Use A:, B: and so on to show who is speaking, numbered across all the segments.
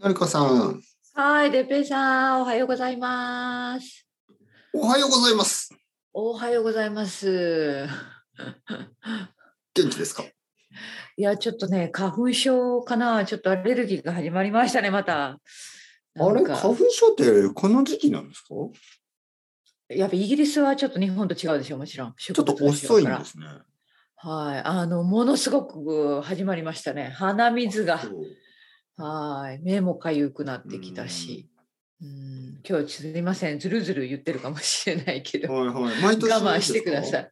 A: のりこさん、
B: はい、デペさん、おはようございます。
A: おはようございます。
B: おはようございます。
A: 元気ですか
B: いや、ちょっとね、花粉症かな、ちょっとアレルギーが始まりましたね、また。
A: あ
B: な
A: れ、
B: んか
A: 花粉症ってこの時期なんですかち
B: やっぱイギリスはちょっと日本と違うでしょ、もちろん。ち
A: ょっと遅いんですね。
B: はい、あの、ものすごく始まりましたね。鼻水が
A: そ。う
B: はい、目もかゆくなってきたし。うん、今日すみません、ずるずる言ってるかもしれないけど。
A: はいはい。毎年
B: 我慢してくださ
A: い。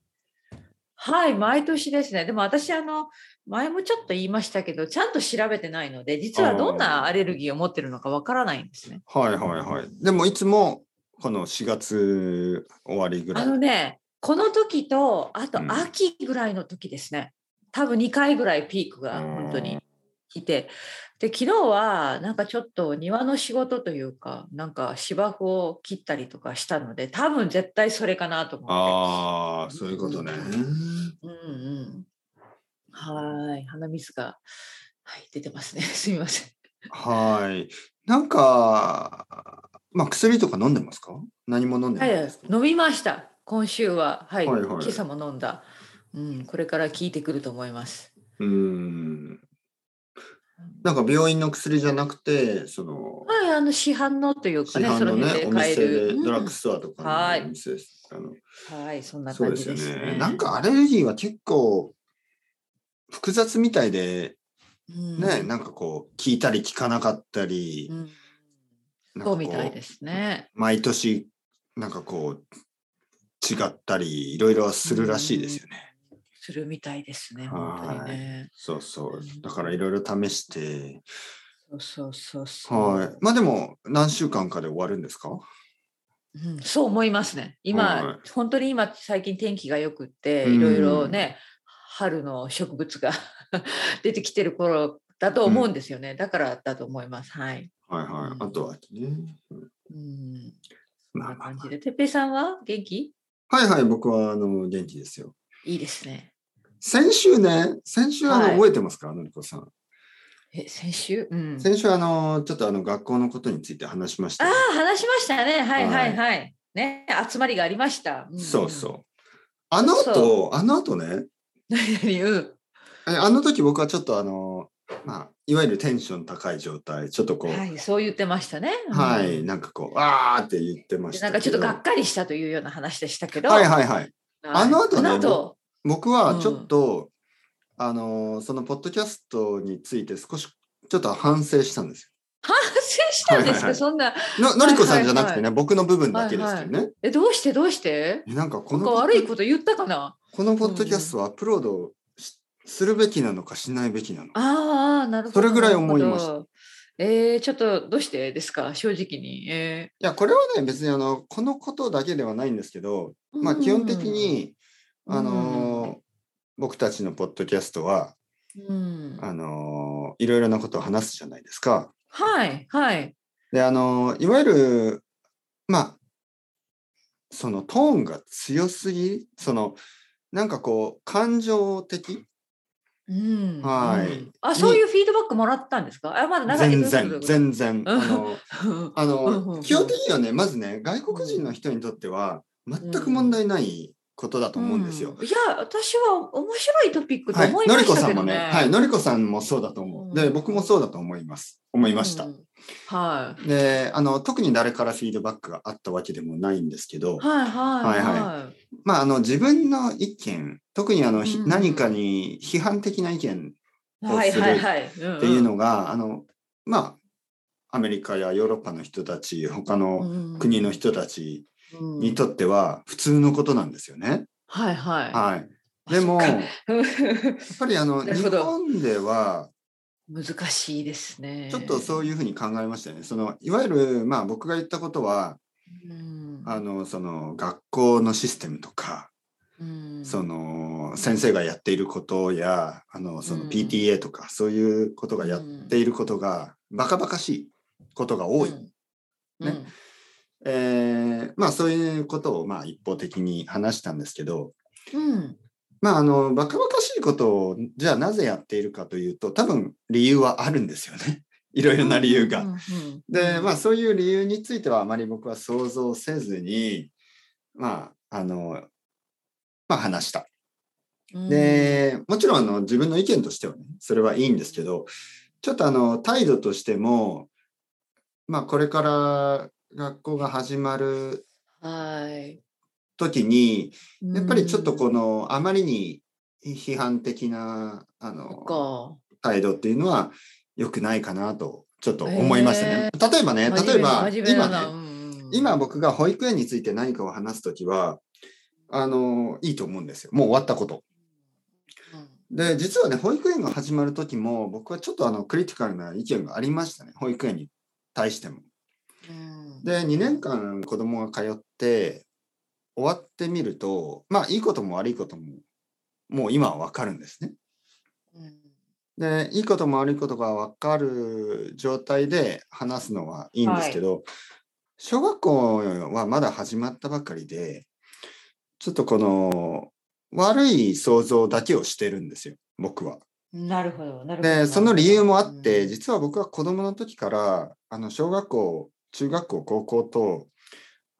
B: い。はい、毎年ですね。でも私、あの、前もちょっと言いましたけど、ちゃんと調べてないので、実はどんなアレルギーを持ってるのかわからないんですね。
A: はいはいはい。でもいつもこの4月終わりぐら
B: あ
A: い。
B: のね、この時と、あと
A: うん
B: 秋ぐらいの時ですね。多分2回ぐらいピークが
A: うん
B: 本当に来て。で、昨日はなんかちょっと庭の仕事というか、なんか芝生を切ったりとかしたので、多分絶対それかなと思って。
A: ああ、そういうことね。
B: うんうん。はーい、鼻水が、はい、出てますね。 すみません。
A: はい。なんか、まあ薬とか飲んでますか何も飲んで
B: は
A: ないいですか、
B: 飲みました。今週は、はい、
A: はいはい
B: 今朝も飲んだ。うん、これから効いてくると思います。
A: うーん。なんか病院の薬じゃなくて、その、
B: はい、あの市販のという
A: 市
B: かね、
A: 販
B: そ
A: の
B: の辺
A: ね、
B: で
A: お
B: 買え
A: 店
B: る。
A: で、
B: うん
A: ドラッグストアとか
B: は
A: の
B: い
A: お店です。あの
B: はい、そんな
A: そうで
B: 感じ
A: すよ
B: ですね。
A: ね。なんかアレルギーは結構複雑みたいで、
B: うん、
A: ね、なんかこう、効いたり効かなかったり
B: う、ん、
A: なんかこ
B: そうみたいですね。
A: 毎年、なんかこう、違ったり、いろいろするらしいですよね。
B: するみたいですね、本当にね。
A: そうそう。だからいろいろ試して、
B: そうそうそうそう。
A: はい。まあでも、何週間かで終わるんですか
B: うん、そう思いますね。今、
A: は
B: 本当に今最近天気が良くって、
A: うん
B: いろいろね、春の植物が 出てきてる頃だと思うんですよね。だからだと思います。はい。
A: はいはい。あとはね。
B: うん、そん
A: まあ
B: な
A: まあ
B: 感じで、てっぺいさんは元気？
A: はいはい、僕は、あの、元気ですよ。
B: いいですね。
A: 先週ね、先週あの、
B: はい
A: 覚えてますか、のりこさん。
B: え、先週、うん。
A: 先週あの、ちょっとあの、学校のことについて話しました
B: あ
A: ね、
B: あ、話しましたね。はい
A: は
B: はいいはい。ね、集まりがありました。ん
A: そうそう。あの後
B: そ、
A: あの後ね、
B: 何々 うん。
A: えあの時僕はちょっとあの、まあ、いわゆるテンション高い状態、ちょっとこう、は、
B: はいい、そう言ってましたね。うん
A: なんかこう、あーって言ってまし
B: で
A: た
B: なん
A: け
B: かちょっ
A: ど。
B: とがっかりしたというような話でしたけど、
A: はいはいはい。
B: はい
A: あの後ね
B: あの後
A: 僕はちょっと、あの、そのポッドキャストについて少し、ちょっと反省したんです
B: 反省した
A: はい
B: んですか、
A: はいはい
B: そんな。
A: よ。ののりこさんじゃなくて
B: はい
A: ね、
B: は
A: 僕の部分だけですけどね。
B: え、どうしてどうして
A: えなんかこ
B: なん
A: の
B: か悪いこと言ったかな
A: このポッドキャストはアップロードしするべきなのかしないべきなのか。
B: ああ、なるほど。
A: それぐらい思いました
B: なるほど。えー、ちょっとどうしてですか正直に。え
A: いや、これはね、別にあの、このことだけではないんですけど、
B: ー
A: まあ基本的、に、
B: うん
A: あのー僕たちのポッドキャストは、
B: うん、
A: あのーいろいろなことを話すじゃないですか。
B: はい、はい。
A: で、あのーいわゆる、まあ、そのトーンが強すぎ、その、なんかこう、感情的
B: うん、
A: はい
B: うんあ、そういうフィードバックもらったんですかあ、まだ長い
A: 全然、全然、
B: ん
A: あのー
B: 然。
A: あ
B: うんうんう
A: の
B: ん
A: 基本的にはねまずね外国人の人にとっては全く問題ないことだと思うんですよ。
B: いや、私は面白いトピックと
A: はい、
B: 思いま
A: のりこ
B: し
A: さ
B: た
A: ん
B: け
A: も
B: どね。
A: ね、はい、のりこさんもそうだと思う。で、
B: うん
A: 僕もそうだと思います。思いました
B: う。んはい。
A: で、あの、特に誰からフィードバックがあったわけでもないんですけど、
B: はいはい
A: はい
B: は
A: まあ、あの、自分の意見、特にあの、ひ
B: うん
A: 何かに批判的な意見
B: い。はいはいはい。って
A: っていうのが、あの、まあ、アメリカやヨーロッパの人たち、他の国の人たちにとっては普通のことなんですよね。
B: はいはい。
A: はい。
B: あ
A: でも、
B: そっ
A: や
B: か
A: っぱりあの、
B: な
A: 日
B: るほど
A: 本では、
B: 難しいですね。
A: ちょっとそう
B: い
A: いうふうに考えましたよね。その、いわゆる、まあ僕が言ったことは、
B: うん、
A: あの、その、学校のシステムとか、
B: うん、
A: その、先生がやっていることや、あの、その
B: うん
A: PTA とか、そういうことがやっていることが、バカバカしいことが多い。
B: うん、
A: ねえーまあそういうことを、まあ一方的に話したんですけど、
B: うん。
A: まあ、あの、バカバカしいことを、じゃあなぜやっているかというと、多分理由はあるんですよね。 いろいろな理由が。
B: うんうん
A: でまあそういう理由についてはあまり僕は想像せずにまああのまあ話した。
B: うん
A: でもちろんあの自分の意見としてはねそれはいいんですけどちょっとあの態度としてもまあこれから学校が始まる
B: はい
A: 時にやっぱりちょっとこ
B: の
A: のあまりに批判的なあの
B: か
A: 態度っていうのは良くないかなとちょっと思いましたね。例えばね例えば
B: 真面目
A: 今
B: だな
A: ね
B: うんうん
A: 今僕が保育園について何かを話すときは、あの、いいと思うんですよ。もう終わったこと。
B: うん
A: で、実はね、保育園が始まるときも、僕はちょっとあの、クリティカルな意見がありましたね。保育園に対しても。
B: うん
A: で、2年間子供が通って、終わってみると、まあ、いいことも悪いことも、もう今はわかるんですね。
B: うん
A: で、いいことも悪いことがわかる状態で話すのはいいんですけど、小学校はまだ始まったばかりで、ちょっとこの悪い想像だけをしてるんですよ、僕は。
B: なるほどなるほど
A: で、その理由もあって、
B: うん
A: 実は僕は子供の時から、あの、小学校、中学校、高校と、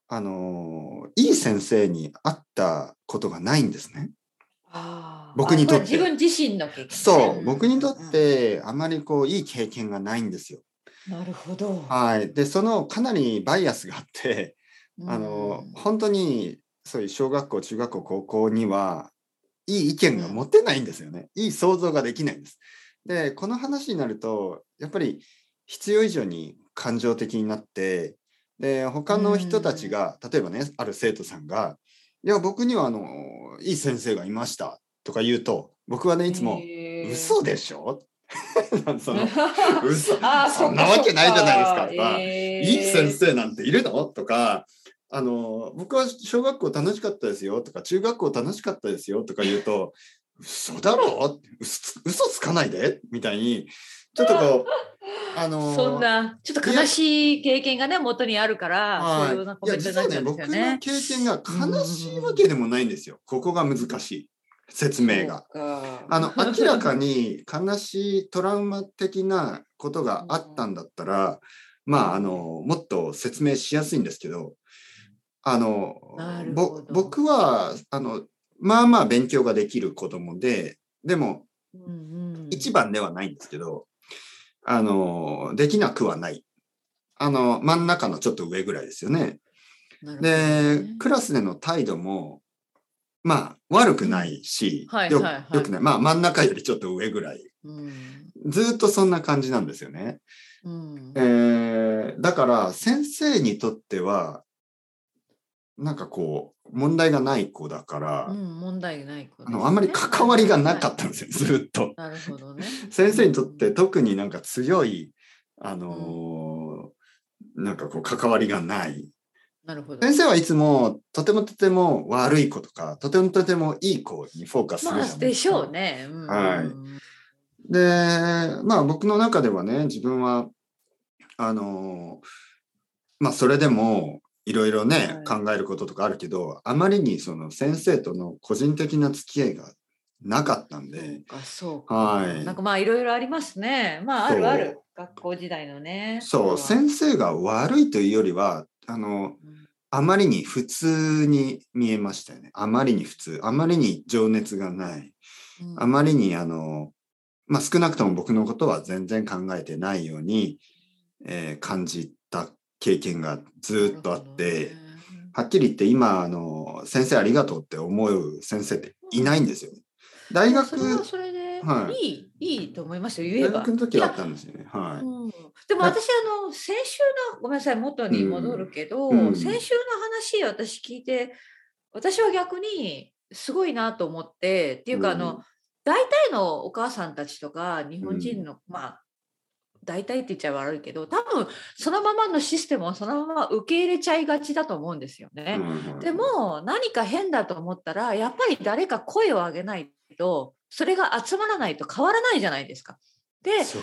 A: あの、いい先生に会ったことがないんですね。
B: あー
A: 僕にとって
B: あこれは自分自身の経験ね
A: そう、僕にとっ、
B: ん
A: て、あまりこう、いい経験がないんですよ。
B: うんなるほど、
A: はい、でそのかなりバイアスがあって、
B: うん
A: あの本当にそういう小学校中学校高校にはいい意見が持てないんですよね、いい想像ができないんです。でこの話になるとやっぱり必要以上に感情的になってで他の人たちが、例えばねある生徒さんが「いや僕にはあのいい先生がいました」とか言うと僕はねいつも「
B: へー
A: 嘘でしょ? 」 その嘘
B: あー
A: そんなわけないじゃないですか
B: そっそっへー
A: いい先生なんているのとか、あの、僕は小学校楽しかったですよとか、中学校楽しかったですよとか言うと、嘘だろ嘘つ嘘つかないでみたいに、ちょっとこう、あの、
B: そんなちょっと悲しい経験がね元にあるから、
A: は
B: そう
A: い
B: いうようなコ
A: い
B: メ
A: や、
B: ント
A: 実
B: にな
A: は
B: っ
A: ね、僕
B: ちゃうんですよ
A: の
B: ね。
A: 経験が悲しいわけでもないんですよ。ここが難しい。説明が。
B: そうか
A: あの明らかに悲しいトラウマ的なことがあったんだったら、まああのもっと説明しやすいんですけどあの
B: なる
A: ぼ
B: ほど
A: 僕はあのまあまあ勉強ができる子供ででも
B: うんうん
A: 一番ではないんですけどあのできなくはないあの真ん中のちょっと上ぐらいですよね。
B: なるほどね
A: でクラスでの態度もまあ悪くないし、
B: はい
A: よ
B: はいはい
A: よくないまあ真ん中よりちょっと上ぐらい
B: うん
A: ずーっとそんな感じなんですよね。
B: うん
A: えーだから先生にとってはなんかこう問題がない子だから、
B: うん問題ないこと
A: あ
B: ですね
A: のあんまり関わりがなかったんですよずーっと。
B: なるほどね。
A: 先生にとって特になんか強いあのーなんかこう関わりがない
B: なるほど。
A: 先生はいつもとてもとても悪い子とかとてもとてもいい子にフォーカスするじゃ
B: ま
A: な
B: あ
A: いすか
B: でしょうね。うん
A: はいで、まあ僕の中ではね、自分は、あの、まあそれでもいろいろね、
B: は
A: 考えることとかあるけど、あまりにその先生との個人的な付き合いがなかったん
B: そう
A: で、
B: かそうか。
A: はい
B: なん。かまあいろいろありますね。まああ
A: そう
B: るある学校時代のね。
A: そう、
B: それは
A: 先生が悪いというよりは、あの、
B: うん
A: あまりに普通に見えましたよね。あまりに普通、あまりに情熱がない。
B: うん
A: あまりにあの、まあ、少なくとも僕のことは全然考えてないように、えー感じた経験がずっとあって、はっきり言って今あの先生ありがとうって思う先生っていないんですよ。大
B: なるほどね。
A: 学
B: それはそれで
A: はい
B: いいいいと思いますよ。言え
A: 大
B: ば。
A: 学の時はあったんですよね。は
B: うんでも私あの先週のごめんなさい元に戻るけど、
A: うんうん
B: 先週の話私聞いて私は逆にすごいなと思ってっていうか、
A: うん
B: あの大体のお母さんたちとか日本人の、まあ大体って言っちゃ悪いけど多分そのままのシステムをそのまま受け入れちゃいがちだと思うんですよ
A: い。
B: ね。
A: うん
B: で、も何か変だと思ったらやっぱり誰か声を上げないとそれが集まらないと変わらないじゃないですか。で
A: そう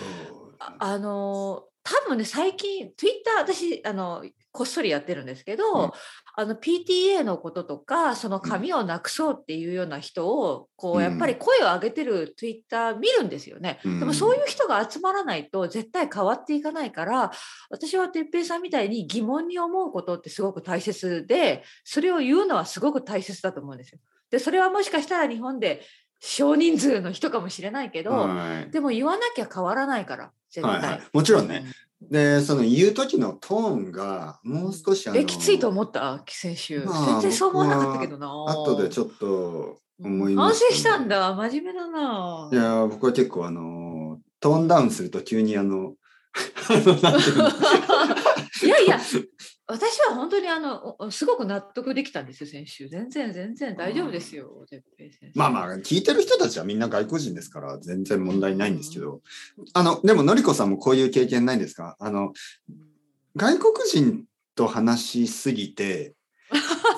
B: ああのー多分ね最近 Twitter 私あのこっそりやってるんですけど、
A: うん
B: あの PTA のこととかその紙をなくそうっていうような人をこ
A: う
B: うんやっぱり声を上げてる Twitter 見るんですよね。
A: うん
B: でもそういう人が集まらないと絶対変わっていかないから私は哲平さんみたいに疑問に思うことってすごく大切でそれを言うのはすごく大切だと思うんですよ。でそれはもしかしたら日本で少人数の人かもしれないけど、
A: はい
B: でも言わなきゃ変わらないから絶対。
A: はいはいもちろんねでその言う時のトーンがもう少し
B: う
A: あ
B: ん。
A: の
B: えきついと思った先週、
A: まあ
B: 全然そう思わなかったけどな。
A: 後でちょっと思いま
B: 反
A: す
B: 省したんだ真面目だない
A: やー僕は結構あのートーンダウンすると急にあのあのなんていうの
B: いやいや私は本当にあのおすごく納得できたんですよ先週全然全然大丈夫ですよ哲平先生
A: まあまあ聞いてる人たちはみんな外国人ですから全然問題ないんですけど、あのでものりこさんもこういう経験ないんですかあの外国人と話しすぎ て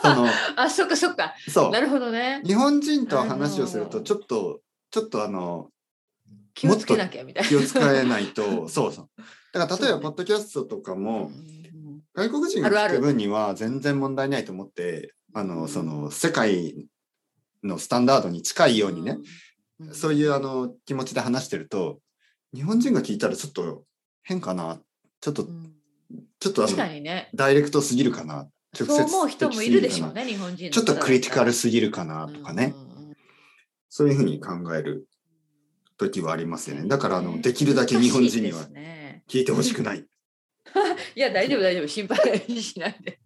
A: その
B: あそっかそっか
A: そ
B: な
A: う
B: るほどね
A: 日本人と話をする
B: あ
A: と
B: の
A: ちょっとちょっとあの
B: 気をつけなきゃみたいな
A: 気を使えないとそうそうだから例え
B: そう
A: ば
B: ね
A: ポッドキャストとかも、
B: うん
A: 外国人が
B: あるあ
A: 聞
B: る
A: く分には全然問題ないと思ってあ
B: う
A: の
B: ん
A: その世界のスタンダードに近いようにね、そういうあの気持ちで話してると日本人が聞いたらちょっと変かなちょっと
B: うん
A: ちょっとあ
B: 確か
A: の
B: にね
A: ダイレクトすぎるかな直接
B: そう思う人もいるでしょう
A: 的
B: ね日本
A: す
B: 人
A: ぎるかなちょっとクリティカルすぎるかなとかね、
B: うんうんうん
A: そういうふうに考える時はありますよねだからあの
B: ね
A: できるだけ日本人には
B: 難しいですね
A: 聞いてほしくない。
B: いや大丈夫大丈夫心配しないで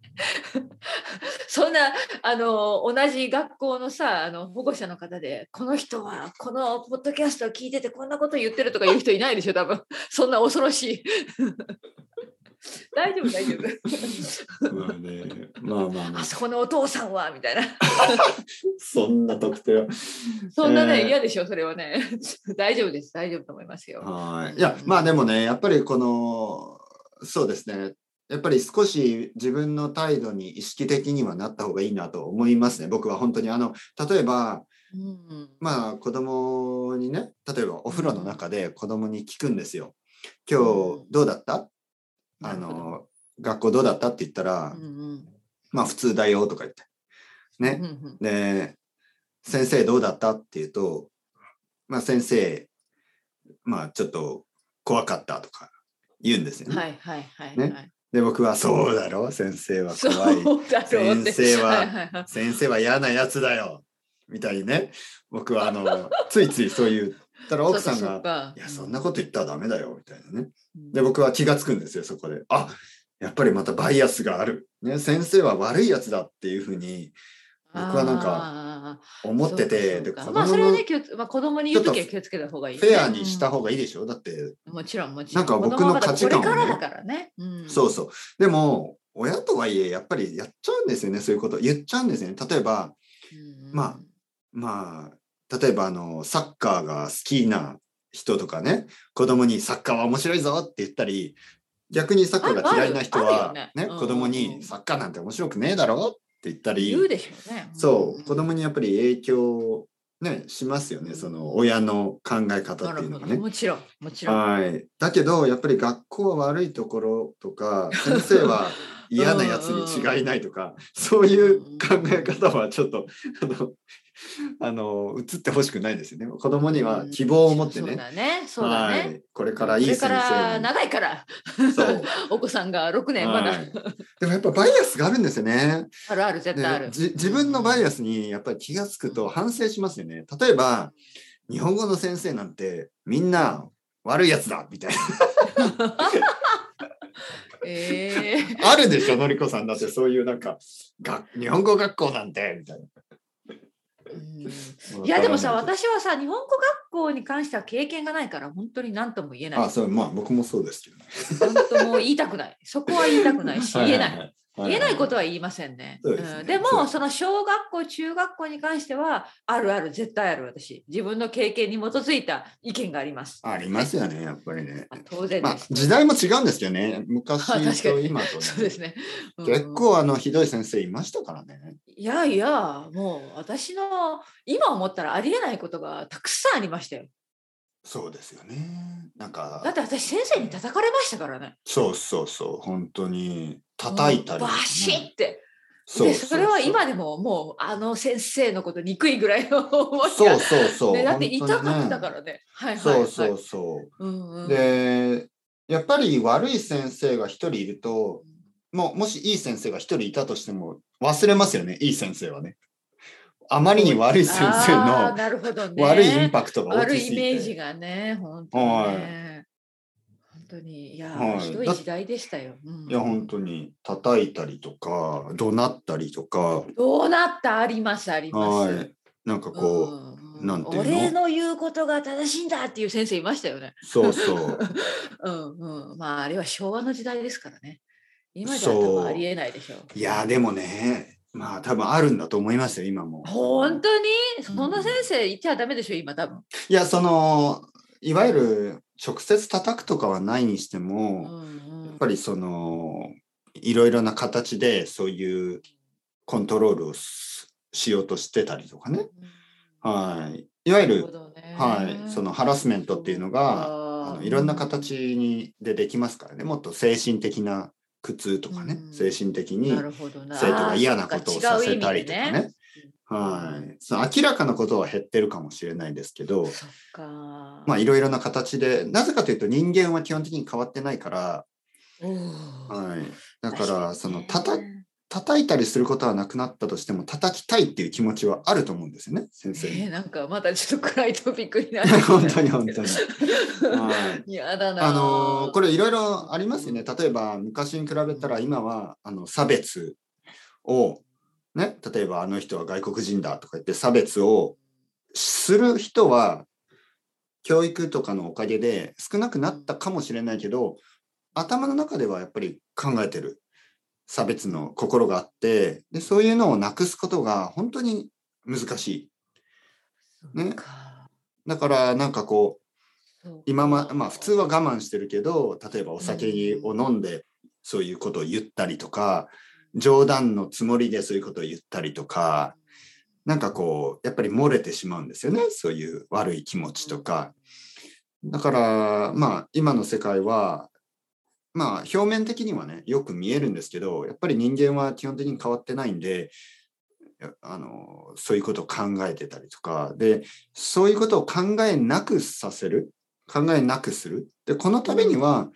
B: そんなあの同じ学校のさあの保護者の方でこの人はこのポッドキャストを聞いててこんなこと言ってるとか言う人いないでしょ多分そんな恐ろしい 大丈夫大丈 夫
A: まあね、まあまあま
B: あ
A: あ、
B: そこのお父さんはみたいな
A: そんな特定は
B: そんな
A: え
B: ね
A: ー
B: 嫌でしょそれはね 大丈夫です大丈夫と思いますよ
A: はい。いや、まあでもね、やっぱりこの、そうですね。やっぱり少し自分の態度に意識的にはなった方がいいなと思いますね。僕は本当にあの、例えば、
B: うん
A: まあ子供にね、例えばお風呂の中で子供に聞くんですよ。今日どうだったあ
B: なるほど
A: の、学校どうだったって言ったら
B: う、んうん
A: まあ普通だよとか言って。ね
B: うん。うん
A: で、先生どうだったっていうと、まあ先生、まあちょっと怖かったとか言うんですよね。
B: はいはいはいはい、
A: ねで、僕はそうだろ先生は
B: そう
A: 怖い。
B: だろうって
A: 先生はい
B: いい
A: 先生は嫌なやつだよ。みたいにね。僕はあの、ついついそう言ったら奥さん
B: そうかそ
A: が、
B: うか
A: いや、そんなこと言ったらダメだよ。みたいなね。
B: うん
A: で、僕は気がつくんですよ、そこで。あやっぱりまたバイアスがある。ね、先生は悪いやつだっていうふうに僕はなんか
B: か
A: 思ってて、で、
B: で
A: 子
B: ま
A: 供
B: あそれは
A: の
B: ね気をつ、まあ、子供に言うときは
A: ちょっと
B: 気をつけた方がいい、
A: フェアにした方がいいでしょだって、
B: うんもちろんもちろん
A: なんか僕の価値観を
B: 子
A: ね
B: 供はまだこれからだからね、うん、
A: そうそう。でも、親とはいえ、やっぱりやっちゃうんですよね、そういうこと。言っちゃうんですよね。例えば、
B: うん
A: まあまあ、例えば、あの、サッカーが好きな人とかね、子供にサッカーは面白いぞって言ったり、逆にサッカーが嫌いな人
B: あ
A: は、
B: るあるよ
A: ね
B: ねうん
A: 子供にサッカーなんて面白くねえだろって言ったり
B: 言、うでしょうね
A: そう、子供
B: に
A: にやっぱり影響、ね、しますよね、その親の考え方
B: な
A: ってい
B: る
A: うの
B: ほど
A: がね。
B: もちろんもちろん、
A: はい、だけどやっぱり学校は悪いところと か先生は嫌なやつに違いないとかそういう考え方はちょっとあのあの移ってほしくないですよね子供には希望を持って
B: うんそ
A: ね,、
B: うだねそうだ
A: は
B: ね、
A: い、これからいい
B: これ
A: 先
B: か
A: 生
B: ら
A: に
B: 長いから
A: そう、
B: お子さんが6年まだ、
A: はいでもやっぱバイアスがあるんですよね
B: あるある絶対ある、
A: でじ自分のバイアスにやっぱり気がつくと反省しますよね例えば日本語の先生なんてみんな悪いやつだみたいな
B: ええ
A: あるでしょ、のりこさんだって、そういうなんか、が日本語学校なんて、みたい
B: うん
A: な。
B: いやでもさ
A: わからない
B: 私はさ日本語学校に関しては経験がないから本当に何とも
A: け
B: 言えな
A: ど
B: い
A: あ、そう、まあ、僕もそうですけどね。
B: 何とも言いたくないそこは言いたくないし言えない
A: い。
B: 言えないこと
A: は
B: は言いませんね。
A: そうですね
B: うんで
A: そう
B: もその小学校中学校に関してはあるある絶対ある私自分の経験に基づいた意見があります。
A: い。ありますよね、やっぱりね。
B: あ当然
A: まあ
B: です、。
A: 時代も違うんですよね。
B: あ
A: 昔
B: 確か
A: と
B: に
A: 今と、ね。
B: そうですね。うん
A: 結構あのひどい先生いましたからね。
B: いやいやもう私の今思ったらありえないことがたくさんありましたよ。
A: そうですよね。なんか
B: だって私先生に叩かれましたからね。
A: そうそうそう本当に叩いたり、
B: もうバシッって。
A: そう
B: でそれは今でももうあの先生のこと憎いぐらいの思い
A: そう
B: が。
A: そうそう、
B: ね、だって痛
A: 本当に
B: か
A: ね
B: ったからね。はいはいはい。
A: そうそうそう
B: うんうん。
A: でやっぱり悪い先生が一人いるともうもしいい先生が一人いたとしても忘れますよねいい先生はねあまりに悪い先生
B: あー
A: の
B: なるほどね
A: 悪いインパクトが大
B: 悪
A: き
B: い
A: すぎ
B: イメー
A: て
B: ジがね、本当に、ね。本当に、いやー、
A: はい
B: ひどい時代でしたよ。うん
A: いや本当に叩いたりとか怒鳴ったりとか
B: どうなったあります、あります。
A: はいなんかこう
B: うん
A: なんていうの
B: 俺の言うことが正しいんだっていう先生いましたよね。
A: そうそう
B: うんうん。まあ、あれは昭和の時代ですからね。今じゃ多分ありえないでしょう。
A: いやでもねまあ多分あるんだと思いますよ今も
B: 本当にそ
A: うん
B: んな先生いちゃダメでしょ、今多分。
A: いやそのいわゆる直接叩くとかはないにして
B: うん
A: も、
B: うん
A: やっぱりそのいろいろな形でそういうコントロールをすしようとしてたりとかね、はい、いわゆ
B: な
A: る
B: ほ、どね
A: はい、そのハラスメントっていうのがあ
B: あ
A: の
B: ー
A: いろんな形にでできますからねもっと精神的な苦痛とかね、
B: うん
A: 精神的に
B: なるほどな
A: 生徒が嫌なことをさせたりとか。ね。はい、その明らかなことは減ってるかもしれないですけ
B: あー
A: ど
B: そっか違う意味でねそっか。
A: まあいろいろな形でなぜかというと人間は基本的に変わってないから、
B: おー
A: はい、だか
B: 確に
A: ら
B: ね
A: そのたた叩いたりすることはなくなったとしても叩きたいっていう気持ちはあると思うんですよね先生
B: えー
A: に。
B: なんかまたちょっと暗いトピックにな
A: 本当に本当にはい
B: に。 やだな。
A: あのーこれいろいろありますよね例えば昔に比べたら今はあの差別を、ね、例えばあの人は外国人だとか言って差別をする人は教育とかのおかげで少なくなったかもしれないけど頭の中ではやっぱり考えてる差別の心があってでそういうのをなくすことが本当に難しい。ね
B: か
A: だからなんかこう
B: そうか
A: 今ま、まあ普通は我慢してるけど例えばお酒を飲んでそういうことを言ったりとか冗談のつもりでそういうことを言ったりとかなんかこうやっぱり漏れてしまうんですよねそういう悪い気持ちとかだからまあ今の世界はまあ表面的にはねよく見えるんですけどやっぱり人間は基本的に変わってないんでやあのそういうことを考えてたりとかでそういうことを考えなくさせる考えなくするでこのためには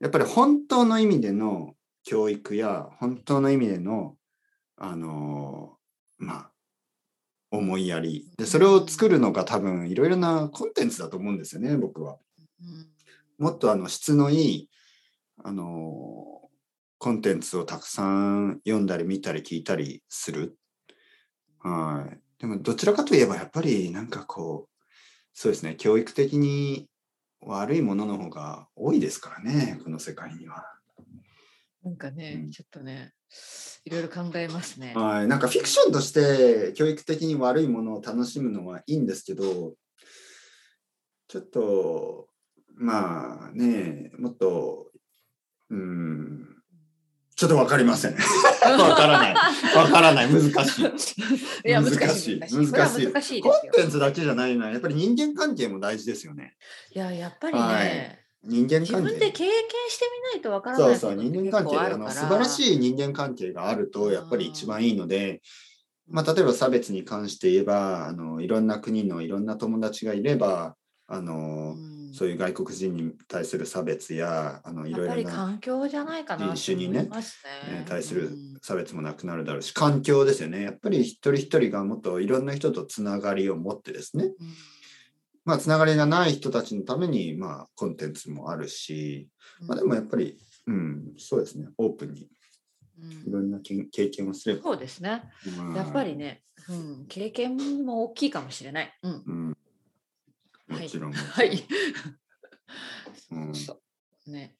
A: やっぱり本当の意味での教育や本当の意味でのあのまあ思いやりでそれを作るのが多分いろいろなコンテンツだと思うんですよね僕は。
B: うん
A: もっとあの質のいい、あのコンテンツをたくさん読んだり見たり聞いたりする。はい。でもどちらかといえばやっぱりなんかこう、そうですね、教育的に悪いものの方が多いですからね、この世界には。
B: なんかね、
A: うん
B: ちょっとね、いろいろ考えますね。
A: はい。なんかフィクションとして教育的に悪いものを楽しむのはいいんですけど、ちょっと、まあね、もっと、うん、ちょっとわかりま せん。わからない。わからない。難しい。コン
B: いや難
A: 難
B: し
A: し
B: い
A: い
B: 難しい。これは難しいですよ。
A: テンツだけじゃないな。やっぱり人間関係も大事ですよね。
B: いややっぱりね、
A: はい人間
B: 自
A: 関係。
B: 分で経験してみないとわからない
A: そ
B: こ
A: う
B: と
A: そう、
B: って
A: 人
B: 結
A: 間関係
B: 構あ
A: あ
B: るか
A: の
B: ら。
A: 素晴らし
B: い。
A: い人間関係があると、やっぱり一番いいので、まあ、例えば差別に関して言えばあの、いろんな国のいろんな友達がいれば、あのそういう外国人に対する差別や、あのい
B: や
A: ろ
B: っ
A: い
B: ぱ
A: ろ
B: り
A: な
B: 環境じゃないかなって
A: 人種に
B: 思
A: ね
B: いますね
A: え。ー対する
B: うん
A: 差別もなくなるだろうし、環境ですよね。やっぱり一人一人がもっといろんな人とつながりを持ってですね、
B: うん
A: まあ、つながりがない人たちのために、まあ、コンテンツもあるし、まあ、でもやっぱり、うん、そうですね、オープンにい
B: うん
A: ろんなけん経験をすれば。
B: そうですね。やっぱりね、うん、経験も大きいかもしれない。うん、
A: うん。
B: はい
A: もちろん。
B: はい。
A: うん
B: そうね、